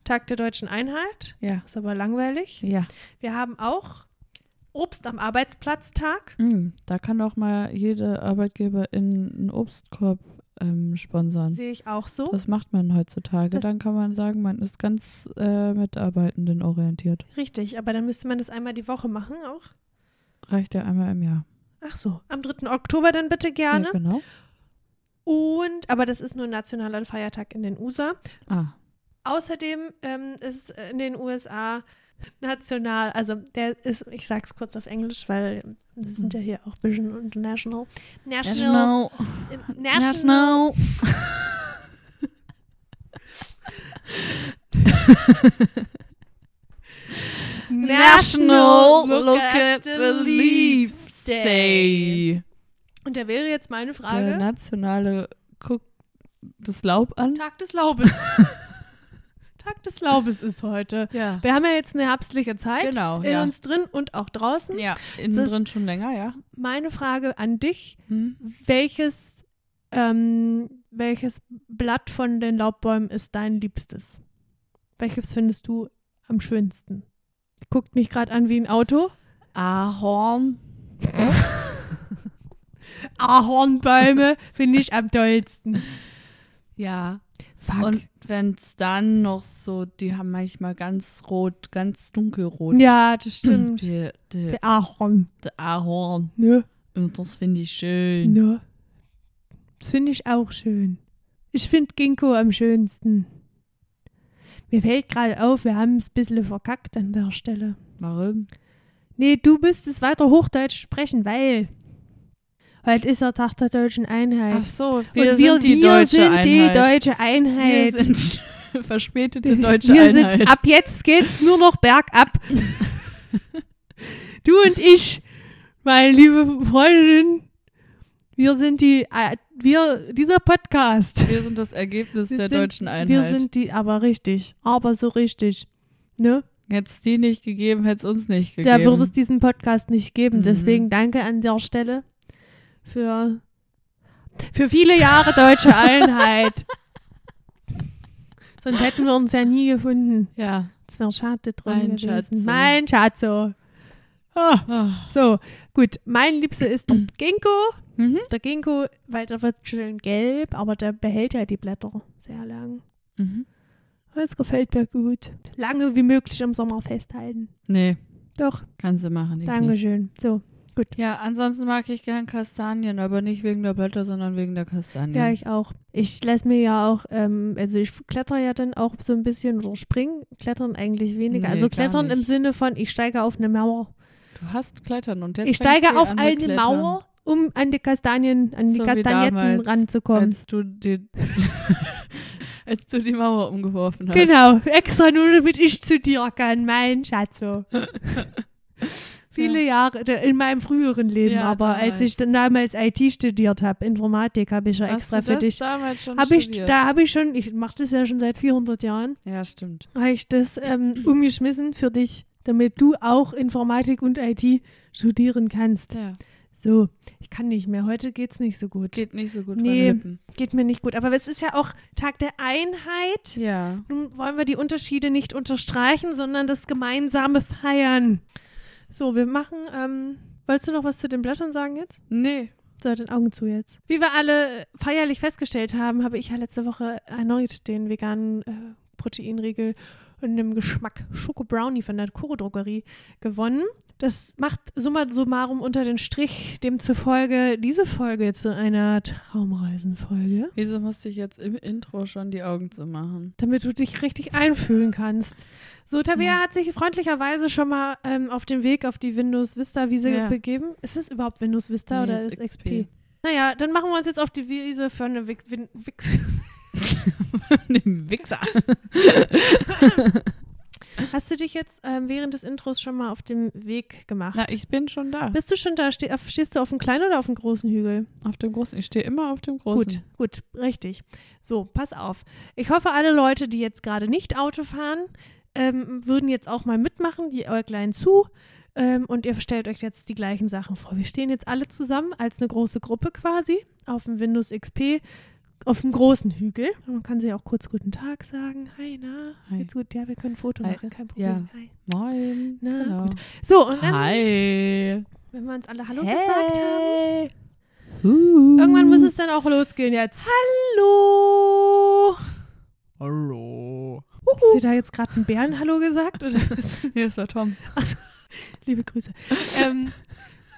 S2: Tag der deutschen Einheit.
S1: Ja.
S2: Ist aber langweilig.
S1: Ja.
S2: Wir haben auch Obst am Arbeitsplatztag.
S1: Mm, da kann doch mal jede Arbeitgeberin einen Obstkorb ähm, sponsern.
S2: Sehe ich auch so.
S1: Das macht man heutzutage.
S2: Das-
S1: Dann kann man sagen, man ist ganz äh, Mitarbeitenden orientiert.
S2: Richtig, aber dann müsste man das einmal die Woche machen auch.
S1: Reicht ja einmal im Jahr.
S2: Ach so, am 3. Oktober dann bitte gerne.
S1: Ja, genau.
S2: Und, aber das ist nur ein nationaler Feiertag in den USA.
S1: Ah.
S2: Außerdem ähm, ist in den USA national, also der ist, ich sag's kurz auf Englisch, weil wir sind ja hier auch ein bisschen international. National. National. national.
S1: National Look at the Leaves Day.
S2: Und da wäre jetzt meine
S1: Der
S2: Frage.
S1: nationale guckt das Laub an.
S2: Tag des Laubes. Tag des Laubes ist heute.
S1: Ja.
S2: Wir haben ja jetzt eine herbstliche Zeit
S1: Genau,
S2: in
S1: ja.
S2: uns drin und auch draußen.
S1: Ja, innen
S2: Das-
S1: drin schon länger, ja.
S2: Meine Frage an dich,
S1: Hm.
S2: welches, ähm, welches Blatt von den Laubbäumen ist dein Liebstes? Welches findest du am schönsten? Guckt mich gerade an wie ein Auto.
S1: Ahorn.
S2: Ahornbäume finde ich am tollsten.
S1: Ja.
S2: Fuck.
S1: Und wenn es dann noch so, die haben manchmal ganz rot, ganz dunkelrot.
S2: ja, das stimmt.
S1: Die, die,
S2: Der Ahorn.
S1: der Ahorn.
S2: Ne?
S1: Und das finde ich schön.
S2: Ne. Das finde ich auch schön. Ich finde Ginkgo am schönsten. Mir fällt gerade auf, wir haben es ein bisschen verkackt an der Stelle.
S1: Warum?
S2: Nee, du bist es weiter Hochdeutsch sprechen, weil heute ist der Tag der deutschen Einheit.
S1: Ach so,
S2: Und wir,
S1: Halt. sind die
S2: wir
S1: deutsche
S2: sind
S1: Einheit.
S2: die deutsche Einheit.
S1: Wir sind verspätete deutsche
S2: Wir sind-
S1: Einheit.
S2: Ab jetzt geht's nur noch bergab. du und ich, meine liebe Freundin, wir sind die, äh, wir, dieser Podcast.
S1: wir sind das Ergebnis
S2: Wir
S1: der
S2: sind-
S1: deutschen Einheit.
S2: Wir sind die, aber richtig, aber so richtig. Ne?
S1: hätte es die nicht gegeben, hätte es uns nicht gegeben.
S2: Da würde es diesen Podcast nicht geben.
S1: Mhm.
S2: Deswegen danke an der Stelle für, für viele Jahre deutsche Einheit. Sonst hätten wir uns ja nie gefunden.
S1: ja.
S2: Es wäre schade drin
S1: Mein
S2: gewesen.
S1: Schatzo.
S2: Mein Schatzo. Ah,
S1: Ah.
S2: so, gut. Mein Liebster ist der Ginkgo.
S1: Mhm.
S2: Der Ginkgo, weil der wird schön gelb, aber der behält ja die Blätter sehr lang.
S1: Mhm.
S2: Das gefällt mir gut. Lange wie möglich im Sommer festhalten.
S1: Nee,
S2: Doch,
S1: kannst du machen. Ich Nicht.
S2: Dankeschön. So,
S1: Ja, ansonsten mag ich gern Kastanien, aber nicht wegen der Blätter, sondern wegen der Kastanien.
S2: ja, ich auch. Ich lasse mir ja auch, ähm, also ich kletter ja dann auch so ein bisschen oder springen. Klettern eigentlich weniger.
S1: Nee,
S2: also
S1: gar
S2: klettern im
S1: nicht.
S2: Sinne von, ich steige auf eine Mauer.
S1: du hast Klettern und jetzt
S2: ich
S1: fängst
S2: steige
S1: du
S2: auf
S1: an mit
S2: eine
S1: Klettern.
S2: Mauer, um an die Kastanien, an um die
S1: So wie
S2: Kastagnetten
S1: damals,
S2: ranzukommen.
S1: Als du, die, als du die Mauer umgeworfen hast.
S2: Genau, extra nur damit ich zu dir kann, mein Schatzo. Viele Jahre, da- in meinem früheren Leben,
S1: Ja,
S2: aber als
S1: damals.
S2: ich dann damals IT studiert habe, Informatik, habe ich ja
S1: Hast
S2: extra
S1: du
S2: für
S1: das
S2: dich.
S1: damals schon
S2: Hab ich,
S1: studiert?
S2: da habe ich schon, ich mache das ja schon seit 400 Jahren,
S1: Ja, stimmt.
S2: habe ich das ähm, umgeschmissen für dich, damit du auch Informatik und IT studieren kannst.
S1: Ja,
S2: So, ich kann nicht mehr, heute geht's nicht so gut.
S1: geht nicht so gut
S2: Nee.
S1: von Lippen.
S2: Geht mir nicht gut. Aber es ist ja auch Tag der Einheit.
S1: Ja.
S2: Nun wollen wir die Unterschiede nicht unterstreichen, sondern das gemeinsame feiern. So, wir machen. Ähm, wolltest du noch was zu den Blättern sagen jetzt?
S1: Nee.
S2: So, den Augen zu jetzt. Wie wir alle äh, feierlich festgestellt haben, habe ich ja letzte Woche erneut den veganen äh, Proteinriegel und dem Geschmack Schoko Brownie von der Kuro Drogerie gewonnen. Das macht summa summarum unter den Strich demzufolge diese Folge zu einer Traumreisenfolge,
S1: Wieso musste ich jetzt im Intro schon die Augen zu machen?
S2: damit du dich richtig einfühlen kannst. So, Tabea hat sich freundlicherweise schon mal ähm, auf den Weg auf die Windows Vista Wiese
S1: Ja.
S2: begeben. Ist es überhaupt Windows Vista
S1: Nee,
S2: oder
S1: ist
S2: ist XP?
S1: XP.
S2: Naja, dann machen wir uns jetzt auf die Wiese für eine Wix. Win- Wix.
S1: Dem Wichser.
S2: Hast du dich jetzt ähm, während des Intros schon mal auf dem Weg gemacht?
S1: Na, ich bin schon da.
S2: Bist du schon da? Ste auf, stehst du auf dem kleinen oder auf dem großen Hügel?
S1: Auf dem großen. Ich stehe immer auf dem großen.
S2: Gut, gut, richtig. So, pass auf. Ich hoffe, alle Leute, die jetzt gerade nicht Auto fahren, ähm, würden jetzt auch mal mitmachen, die Äuglein zu. Ähm, und ihr stellt euch jetzt die gleichen Sachen vor. Wir stehen jetzt alle zusammen als eine große Gruppe quasi auf dem Windows XP auf dem großen Hügel. Man kann sich auch kurz guten Tag sagen. Hi, na,
S1: Hi.
S2: geht's gut? Ja, wir können ein Foto
S1: Hi.
S2: machen, kein Problem. Hi.
S1: Moin.
S2: Na,
S1: genau.
S2: gut. So, und dann,
S1: Hi.
S2: wenn wir uns alle Hallo gesagt haben,
S1: Uh.
S2: irgendwann muss es dann auch losgehen jetzt. Hallo!
S1: Hallo.
S2: Hast du da jetzt gerade einen Bären-Hallo gesagt? Oder? was?
S1: Hier ist der Tom.
S2: Liebe Grüße. Ähm,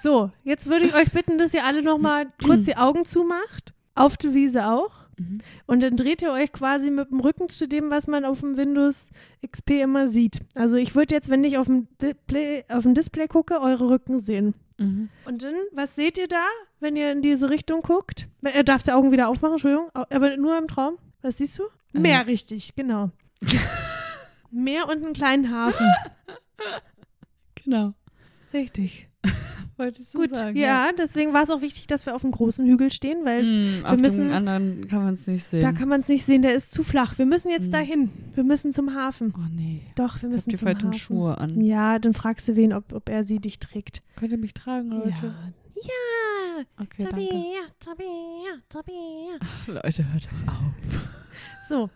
S2: so, jetzt würde ich euch bitten, dass ihr alle nochmal kurz die Augen zumacht. Auf der Wiese auch.
S1: Mhm.
S2: Und dann dreht ihr euch quasi mit dem Rücken zu dem, was man auf dem Windows XP immer sieht. Also ich würde jetzt, wenn ich auf dem Display, auf dem Display gucke, eure Rücken sehen.
S1: Mhm.
S2: Und dann, was seht ihr da, wenn ihr in diese Richtung guckt? Ihr darfst die Augen wieder aufmachen, Entschuldigung, au- aber nur im Traum. Was siehst du?
S1: Äh.
S2: Meer, richtig, genau. Meer und einen kleinen Hafen.
S1: Genau.
S2: Richtig.
S1: Wolltest du
S2: Gut,
S1: sagen?
S2: ja, deswegen war es auch wichtig, dass wir auf dem großen Hügel stehen, weil
S1: Mm, auf
S2: müssen-
S1: dem anderen kann man es nicht sehen.
S2: da kann man es nicht sehen, der ist zu flach. Wir müssen jetzt
S1: Mhm.
S2: dahin. Wir müssen zum Hafen.
S1: oh nee.
S2: Doch, wir
S1: Ich hab
S2: müssen
S1: die
S2: zum
S1: falschen
S2: Hafen.
S1: Schuhe an.
S2: Ja, dann fragst du wen, ob, ob er sie dich trägt.
S1: Könnt ihr mich tragen, Leute?
S2: Ja. Ja,
S1: Okay, danke.
S2: Tabea, Tabea, Tabea.
S1: Leute, hört doch auf.
S2: So,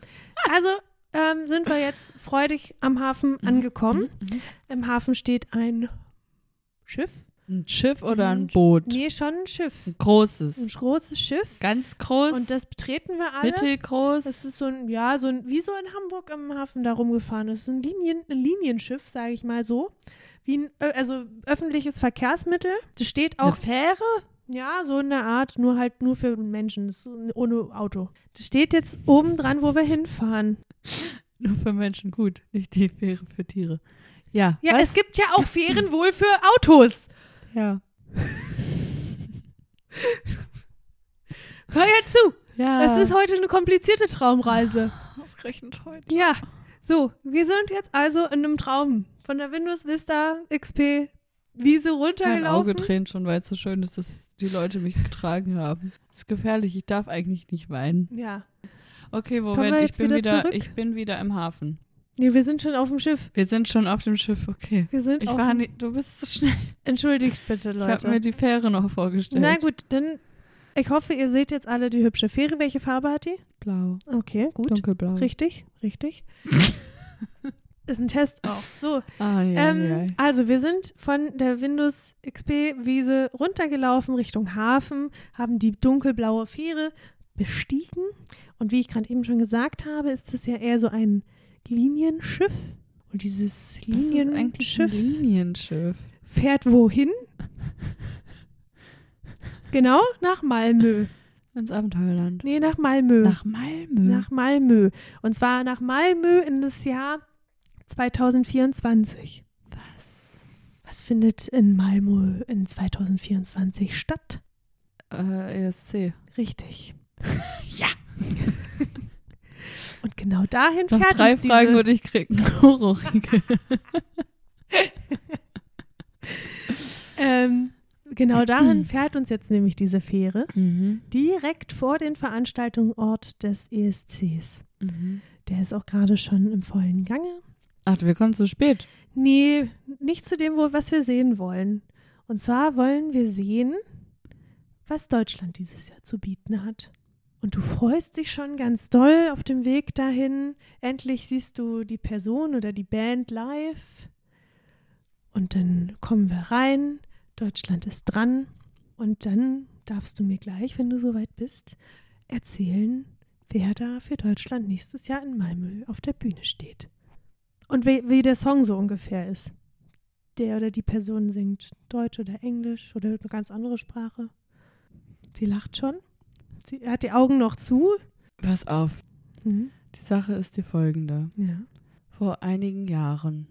S2: also ähm, sind wir jetzt freudig am Hafen angekommen.
S1: Mhm.
S2: Im Hafen steht ein Schiff.
S1: Ein Schiff oder
S2: Ein
S1: ein Boot?
S2: Nee, schon ein Schiff.
S1: Mhm. Ein großes.
S2: Ein großes Schiff.
S1: Mhm. Ganz groß.
S2: Und das betreten wir alle.
S1: mittelgroß.
S2: Das ist so ein, ja, so ein, wie so in Hamburg im Hafen da rumgefahren ist. Ein, Linien, ein Linienschiff, sage ich mal so. Wie ein, ö- also öffentliches Verkehrsmittel. Das steht
S1: Eine
S2: auch,
S1: Fähre?
S2: ja, so eine Art, nur halt nur für Menschen, das ist ohne Auto. Das steht jetzt oben dran, wo wir hinfahren.
S1: Nur für Menschen gut, nicht die Fähre für Tiere. Ja.
S2: Ja,
S1: was?
S2: es gibt ja auch Fähren wohl für Autos.
S1: ja.
S2: Hör ja zu.
S1: ja.
S2: Es ist heute eine komplizierte Traumreise.
S1: ausgerechnet heute.
S2: Ja. So, wir sind jetzt also in einem Traum. Von der Windows Vista XP Wiese
S1: Mein
S2: runtergelaufen.
S1: Auge tränt schon, weil es so schön ist, dass die Leute mich getragen haben. Das ist gefährlich, ich darf eigentlich nicht weinen.
S2: Ja.
S1: Okay,
S2: wir
S1: Moment, ich
S2: jetzt
S1: bin
S2: wieder
S1: wieder,
S2: zurück?
S1: ich bin wieder im Hafen.
S2: Nee, wir sind schon auf dem Schiff.
S1: Wir sind schon auf dem Schiff, okay.
S2: Wir sind
S1: Ich
S2: auf
S1: war
S2: dem-
S1: nicht, du bist zu schnell.
S2: Entschuldigt bitte,
S1: Ich habe
S2: Leute.
S1: mir die Fähre noch vorgestellt.
S2: Na gut, dann ich hoffe, ihr seht jetzt alle die hübsche Fähre. Welche Farbe hat die?
S1: Blau,
S2: Okay, gut.
S1: dunkelblau.
S2: Richtig, richtig. Ist ein Test auch. So,
S1: Ah, ja, ja,
S2: ähm, also wir sind von der Windows XP-Wiese runtergelaufen Richtung Hafen, haben die dunkelblaue Fähre bestiegen. Und wie ich gerade eben schon gesagt habe, ist das ja eher so ein Linienschiff. Und dieses
S1: Das ist eigentlich ein
S2: Linienschiff
S1: Linienschiff.
S2: fährt wohin? Genau, nach Malmö.
S1: Ins Abenteuerland.
S2: Nee, nach Malmö.
S1: Nach Malmö.
S2: Nach Malmö. Und zwar nach Malmö in das Jahr 2024.
S1: was?
S2: Was findet in Malmö in 2024 statt?
S1: Äh, ESC.
S2: Richtig.
S1: Ja.
S2: Und genau dahin
S1: Noch
S2: fährt
S1: drei
S2: uns diese,
S1: Fragen und ich krieg einen Horrorriegel.
S2: ähm, Genau dahin fährt uns jetzt nämlich diese Fähre
S1: mhm.
S2: direkt vor den Veranstaltungsort des E ESCs.
S1: Mhm.
S2: Der ist auch gerade schon im vollen Gange.
S1: Ach, wir kommen zu spät.
S2: Nee, nicht zu dem, wo, was wir sehen wollen. Und zwar wollen wir sehen, was Deutschland dieses Jahr zu bieten hat. Und du freust dich schon ganz doll auf dem Weg dahin. Endlich siehst du die Person oder die Band live. Und dann kommen wir rein. Deutschland ist dran. Und dann darfst du mir gleich, wenn du soweit bist, erzählen, wer da für Deutschland nächstes Jahr in Malmö auf der Bühne steht. Und wie, wie der Song so ungefähr ist. Der oder die Person singt Deutsch oder Englisch oder eine ganz andere Sprache. Sie lacht schon. Sie hat die Augen noch zu.
S1: Pass auf.
S2: Mhm.
S1: Die Sache ist die folgende.
S2: Ja.
S1: Vor einigen Jahren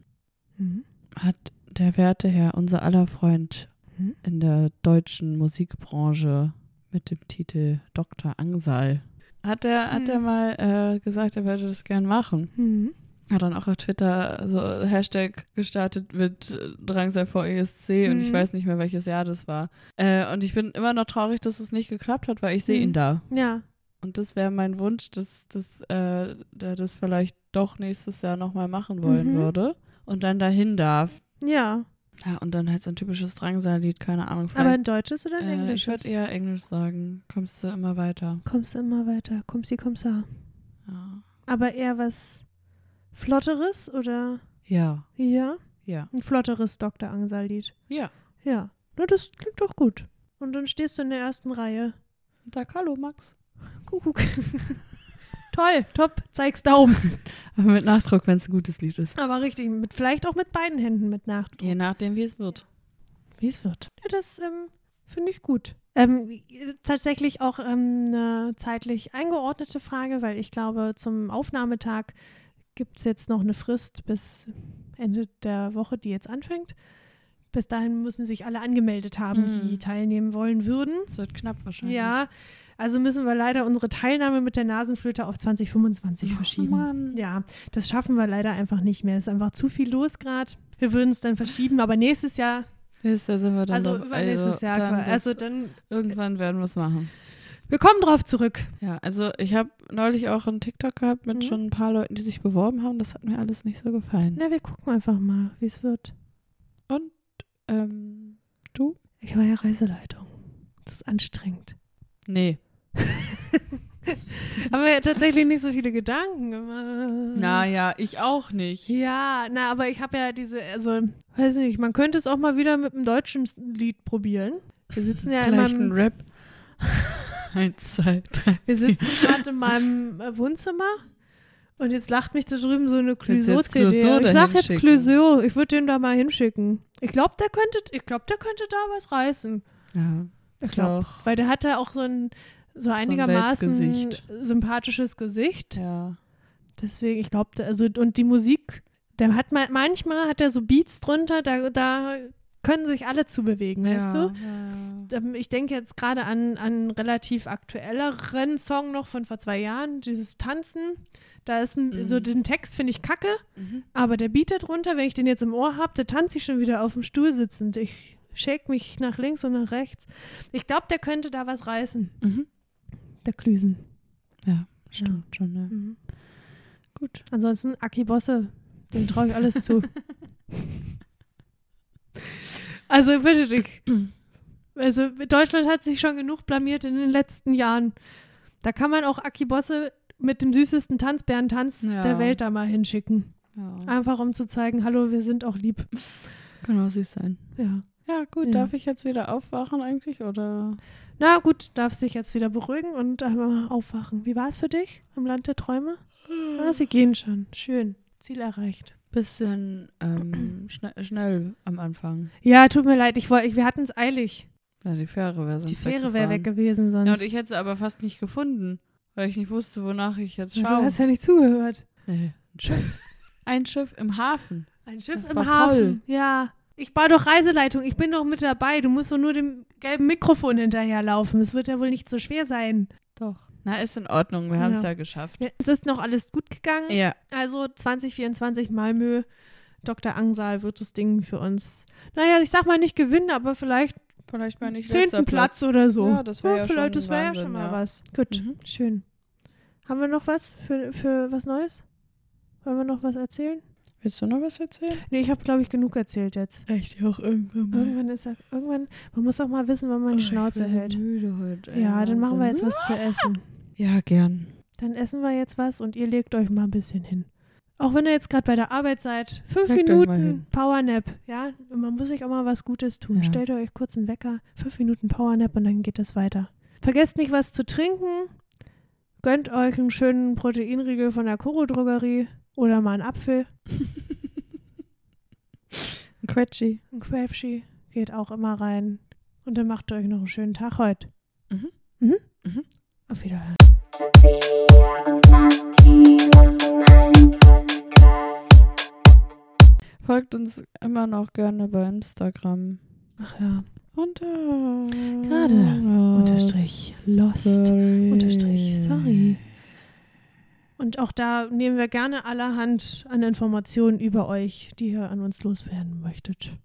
S2: Mhm.
S1: hat der werte Herr, unser aller Freund
S2: Mhm.
S1: in der deutschen Musikbranche mit dem Titel Dr. Angsal, hat er, hat
S2: Mhm.
S1: er mal äh, gesagt, er würde das gern machen.
S2: Mhm.
S1: Hat dann auch auf Twitter so Hashtag gestartet mit äh, Drangsal vor ESC und ich
S2: Mhm.
S1: weiß nicht mehr, welches Jahr das war. Äh, und ich bin immer noch traurig, dass es nicht geklappt hat, weil ich sehe
S2: Mhm.
S1: ihn da.
S2: Ja.
S1: Und das wäre mein Wunsch, dass, dass äh, der das vielleicht doch nächstes Jahr nochmal machen wollen
S2: Mhm.
S1: würde und dann dahin darf.
S2: Ja.
S1: Ja, und dann halt so ein typisches Drangsal-Lied, keine Ahnung.
S2: Aber
S1: Vielleicht,
S2: ein deutsches oder ein
S1: äh, ich
S2: englisches?
S1: würde eher Englisch sagen. Kommst du immer weiter.
S2: Kommst du immer weiter. Kommst du, kommst du.
S1: Ja.
S2: Aber eher was Flotteres oder?
S1: Ja.
S2: Ja.
S1: Ja.
S2: Ein flotteres Dr. Angsal-Lied.
S1: Ja.
S2: Ja. Na, das klingt doch gut. Und dann stehst du in der ersten Reihe.
S1: Sag Hallo, Max.
S2: Kuckuck. Toll, top, zeig's Daumen.
S1: Aber mit Nachdruck, wenn es ein gutes Lied ist.
S2: Aber richtig, mit, vielleicht auch mit beiden Händen mit Nacht.
S1: Je nachdem, wie es wird.
S2: Wie es wird. Ja, das ähm, finde ich gut. Ähm, tatsächlich auch ähm, eine zeitlich eingeordnete Frage, weil ich glaube, zum Aufnahmetag gibt es jetzt noch eine Frist bis Ende der Woche, die jetzt anfängt. Bis dahin müssen sich alle angemeldet haben,
S1: Mhm.
S2: die teilnehmen wollen würden.
S1: Es wird knapp wahrscheinlich.
S2: Ja, also müssen wir leider unsere Teilnahme mit der Nasenflöte auf 2025 verschieben.
S1: Mann.
S2: Ja, das schaffen wir leider einfach nicht mehr. Es ist einfach zu viel los gerade. Wir würden es dann verschieben, aber nächstes Jahr
S1: Siehst du, Da sind wir dann
S2: Also
S1: doch-
S2: übernächstes Jahr.
S1: dann
S2: quasi.
S1: das-
S2: also dann,
S1: irgendwann werden wir es machen.
S2: wir kommen drauf zurück.
S1: Ja, also ich habe neulich auch einen TikTok gehabt mit
S2: Mhm.
S1: schon ein paar Leuten, die sich beworben haben. Das hat mir alles nicht so gefallen.
S2: Na, wir gucken einfach mal, wie es wird.
S1: Ähm, du?
S2: Ich war ja Reiseleitung. Das ist anstrengend.
S1: Nee.
S2: Haben wir ja tatsächlich nicht so viele Gedanken gemacht.
S1: Naja, ich auch nicht.
S2: Mhm. Ja, na, aber ich habe ja diese, also, weiß nicht, man könnte es auch mal wieder mit einem deutschen Lied probieren. Wir sitzen ja in
S1: Vielleicht ein
S2: meinem,
S1: Rap. Eins, zwei, drei.
S2: wir sitzen gerade in meinem äh, Wohnzimmer und jetzt lacht mich da drüben so eine
S1: Willst du jetzt Clouseau
S2: Clouseau-CD.
S1: da
S2: Ich sag jetzt
S1: hinschicken?
S2: Clouseau, ich würde den da mal hinschicken. Ich glaube, der könnte, ich glaube, der könnte da was reißen.
S1: Ja,
S2: Ich glaube,
S1: doch.
S2: weil der hat ja auch so ein, so einigermaßen
S1: Weltgesicht.
S2: sympathisches Gesicht.
S1: Ja.
S2: Deswegen, ich glaube, also und die Musik, der hat man, manchmal hat er so Beats drunter, da, da können sich alle zu bewegen, weißt
S1: ja.
S2: du? Ähm, Ich denke jetzt gerade an, an einen relativ aktuelleren Song noch von vor zwei Jahren, dieses Tanzen. Da ist ein,
S1: Mhm.
S2: so den Text finde ich kacke,
S1: Mhm.
S2: aber der Beat darunter, wenn ich den jetzt im Ohr habe, da tanze ich schon wieder auf dem Stuhl sitzend. Ich shake mich nach links und nach rechts. Ich glaube, der könnte da was reißen.
S1: Mhm.
S2: Der Klüsen.
S1: Stimmt schon, ja.
S2: Mhm.
S1: Gut.
S2: Ansonsten Aki Bosse, dem traue ich alles zu. also ich bitte dich. Also Deutschland hat sich schon genug blamiert in den letzten Jahren. Da kann man auch Aki Bosse mit dem süßesten Tanzbärentanz
S1: Ja.
S2: der Welt da mal hinschicken.
S1: Ja.
S2: Einfach um zu zeigen, hallo, wir sind auch lieb.
S1: Kann auch süß sein.
S2: Ja.
S1: Ja, gut.
S2: Ja.
S1: Darf ich jetzt wieder aufwachen eigentlich? Oder?
S2: Na gut, darf sich jetzt wieder beruhigen und einmal aufwachen. Wie war es für dich im Land der Träume? Ah, sie gehen schon. Schön. Ziel erreicht.
S1: Bisschen ähm, schne schnell am Anfang.
S2: Ja, tut mir leid, ich wollte, ich- wir hatten es eilig.
S1: Na, die Fähre wäre sonst
S2: Die Fähre wäre weg
S1: weggefahren.
S2: gewesen sonst.
S1: Ja, und ich hätte sie aber fast nicht gefunden, weil ich nicht wusste, wonach ich jetzt
S2: Ja,
S1: schaue.
S2: du hast ja nicht zugehört.
S1: nee, ein Schiff. ein Schiff im Hafen.
S2: Ein Schiff
S1: Das
S2: im
S1: war
S2: Hafen. Ja. Ich war doch Reiseleitung. Ich bin doch mit dabei. Du musst doch nur dem gelben Mikrofon hinterherlaufen. Es wird ja wohl nicht so schwer sein.
S1: Doch. Na, ist in Ordnung. Wir haben es
S2: Ja.
S1: ja geschafft.
S2: Ja, Es ist noch alles gut gegangen.
S1: Ja.
S2: Also 2024 Malmö, Dr. Angsal wird das Ding für uns. Naja, ich sag mal nicht gewinnen, aber vielleicht
S1: Vielleicht meine ich letzter
S2: zehnten Platz. oder so. Oh,
S1: Ja, das wär ja
S2: vielleicht,
S1: schon
S2: das wär ja
S1: Wahnsinn,
S2: schon mal
S1: ja.
S2: was. Gut,
S1: Mhm.
S2: schön. Haben wir noch was für, für was Neues? Wollen wir noch was erzählen?
S1: Willst du noch was erzählen? Ah,
S2: Nee, ich habe, glaube ich, genug erzählt jetzt.
S1: Echt, ja, auch irgendwann
S2: Irgendwann ist er, irgendwann, man muss auch mal wissen, wann
S1: Oh,
S2: man die Schnauze hält.
S1: müde heute. ey,
S2: Ja, dann machen wir jetzt
S1: Wahnsinn.
S2: was zu essen.
S1: Ja, gern.
S2: Dann essen wir jetzt was und ihr legt euch mal ein bisschen hin. Auch wenn ihr jetzt gerade bei der Arbeit seid, fünf
S1: Legt euch mal hin.
S2: Minuten Powernap, ja? Man muss sich auch mal was Gutes tun.
S1: Ja.
S2: Stellt euch kurz einen Wecker, fünf Minuten Powernap und dann geht das weiter. Vergesst nicht, was zu trinken. Gönnt euch einen schönen Proteinriegel von der Koro-Drogerie oder mal einen Apfel.
S1: Ein Quetschi.
S2: Ein Crabschi geht auch immer rein. Und dann macht ihr euch noch einen schönen Tag heute.
S1: Mhm.
S2: Mhm.
S1: Mhm.
S2: Auf Wiederhören.
S1: Folgt uns immer noch gerne bei Instagram.
S2: Ach ja.
S1: Unter
S2: Gerade unterstrich lost
S1: sorry.
S2: Unterstrich sorry. Und auch da nehmen wir gerne allerhand an Informationen über euch, die ihr an uns loswerden möchtet,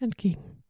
S2: entgegen.